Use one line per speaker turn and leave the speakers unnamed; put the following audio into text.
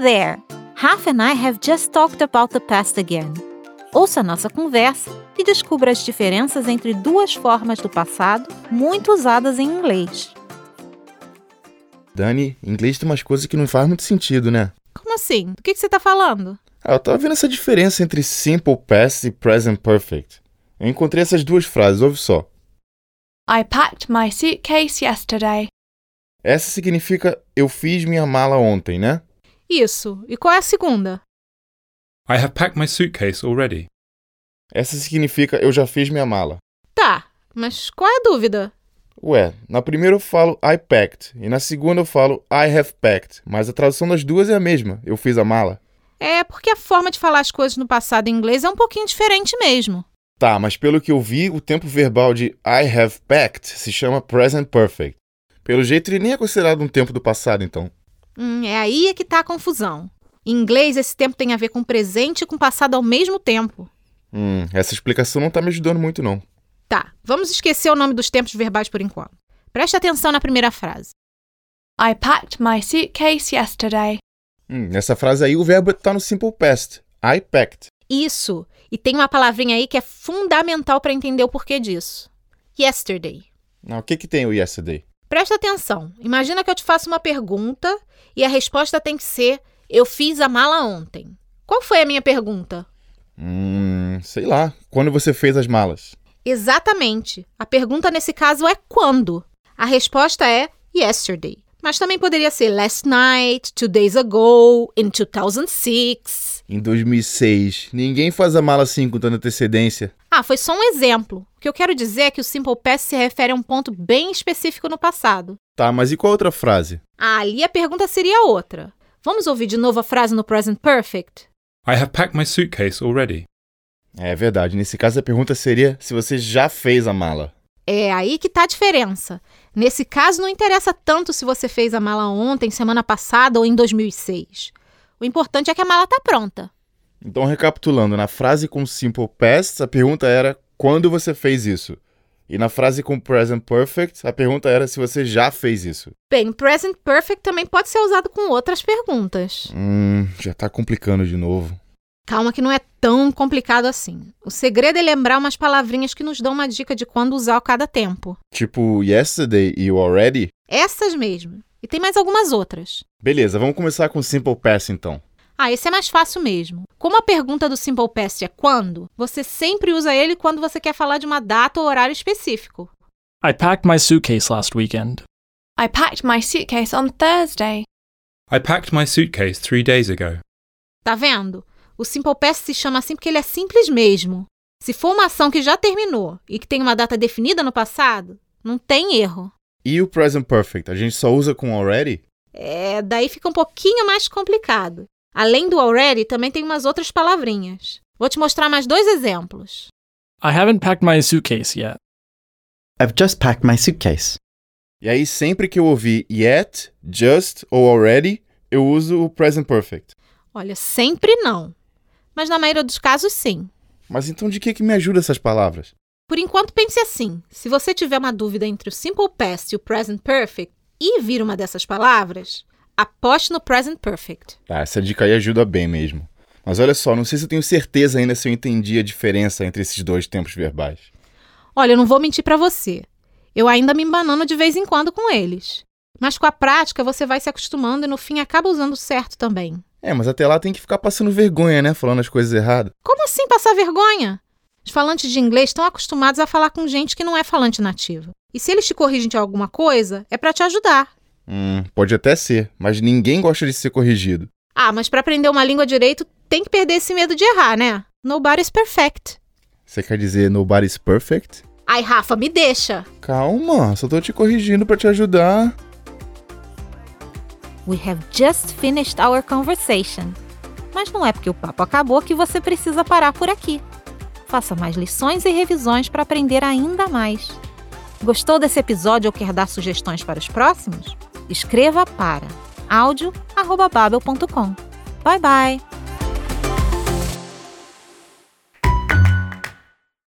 there! Raf and I have just talked about the past again. Ouça nossa conversa e descubra as diferenças entre duas formas do passado muito usadas em inglês.
Dani, em inglês tem umas coisas que não faz muito sentido, né?
Como assim? Do que, que você está falando?
Ah, eu tava vendo essa diferença entre simple past e present perfect. Eu encontrei essas duas frases, ouve só.
I packed my suitcase yesterday.
Essa significa eu fiz minha mala ontem, né?
Isso. E qual é a segunda?
I have packed my suitcase already.
Essa significa eu já fiz minha mala.
Tá, mas qual é a dúvida?
Ué, na primeira eu falo I packed e na segunda eu falo I have packed, mas a tradução das duas é a mesma, eu fiz a mala.
É porque a forma de falar as coisas no passado em inglês é um pouquinho diferente mesmo.
Tá, mas pelo que eu vi, o tempo verbal de I have packed se chama present perfect. Pelo jeito ele nem é considerado um tempo do passado, então.
Hum, é aí que tá a confusão. Em inglês, esse tempo tem a ver com presente e com passado ao mesmo tempo.
Hum, essa explicação não tá me ajudando muito não.
Tá, vamos esquecer o nome dos tempos verbais por enquanto. Preste atenção na primeira frase.
I packed my suitcase yesterday.
Hum, nessa frase aí o verbo tá no simple past, I packed.
Isso. E tem uma palavrinha aí que é fundamental para entender o porquê disso. Yesterday.
Ah, o que que tem o yesterday?
Presta atenção. Imagina que eu te faço uma pergunta e a resposta tem que ser: Eu fiz a mala ontem. Qual foi a minha pergunta?
Hum, sei lá, quando você fez as malas.
Exatamente. A pergunta nesse caso é quando. A resposta é yesterday. Mas também poderia ser last night, two days ago, in 2006.
Em 2006, ninguém faz a mala assim com tanta antecedência.
Ah, foi só um exemplo. O que eu quero dizer é que o simple past se refere a um ponto bem específico no passado.
Tá, mas e qual outra frase?
Ah, ali a pergunta seria outra. Vamos ouvir de novo a frase no present perfect?
I have packed my suitcase already.
É verdade, nesse caso a pergunta seria se você já fez a mala.
É aí que tá a diferença. Nesse caso, não interessa tanto se você fez a mala ontem, semana passada ou em 2006. O importante é que a mala tá pronta.
Então, recapitulando, na frase com simple past, a pergunta era quando você fez isso. E na frase com present perfect, a pergunta era se você já fez isso.
Bem, present perfect também pode ser usado com outras perguntas.
Hum, já tá complicando de novo.
Calma que não é tão complicado assim. O segredo é lembrar umas palavrinhas que nos dão uma dica de quando usar cada tempo.
Tipo, yesterday e o already?
Essas mesmo. E tem mais algumas outras.
Beleza, vamos começar com simple past então.
Ah, esse é mais fácil mesmo. Como a pergunta do Simple Past é quando, você sempre usa ele quando você quer falar de uma data ou horário específico.
I packed my suitcase last weekend.
I packed my suitcase on Thursday.
I packed my suitcase three days ago.
Tá vendo? O Simple Past se chama assim porque ele é simples mesmo. Se for uma ação que já terminou e que tem uma data definida no passado, não tem erro.
E o present perfect, a gente só usa com already?
É, daí fica um pouquinho mais complicado. Além do already, também tem umas outras palavrinhas. Vou te mostrar mais dois exemplos.
I haven't packed my suitcase yet.
I've just packed my suitcase.
E aí sempre que eu ouvir yet, just ou already, eu uso o present perfect.
Olha, sempre não. Mas na maioria dos casos, sim.
Mas então de que que me ajuda essas palavras?
Por enquanto, pense assim: se você tiver uma dúvida entre o Simple Past e o Present Perfect e vir uma dessas palavras, aposte no Present Perfect.
Ah, essa dica aí ajuda bem mesmo. Mas olha só, não sei se eu tenho certeza ainda se eu entendi a diferença entre esses dois tempos verbais.
Olha, eu não vou mentir pra você. Eu ainda me embanono de vez em quando com eles. Mas com a prática, você vai se acostumando e no fim acaba usando certo também.
É, mas até lá tem que ficar passando vergonha, né? Falando as coisas erradas.
Como assim passar vergonha? Os falantes de inglês estão acostumados a falar com gente que não é falante nativa. E se eles te corrigem de alguma coisa, é pra te ajudar.
Hum, pode até ser, mas ninguém gosta de ser corrigido.
Ah, mas pra aprender uma língua direito, tem que perder esse medo de errar, né? Nobody's perfect.
Você quer dizer nobody's perfect?
Ai, Rafa, me deixa.
Calma, só tô te corrigindo pra te ajudar.
We have just finished our conversation. Mas não é porque o papo acabou que você precisa parar por aqui. Faça mais lições e revisões para aprender ainda mais. Gostou desse episódio ou quer dar sugestões para os próximos? Escreva para audio@babel.com. Bye bye.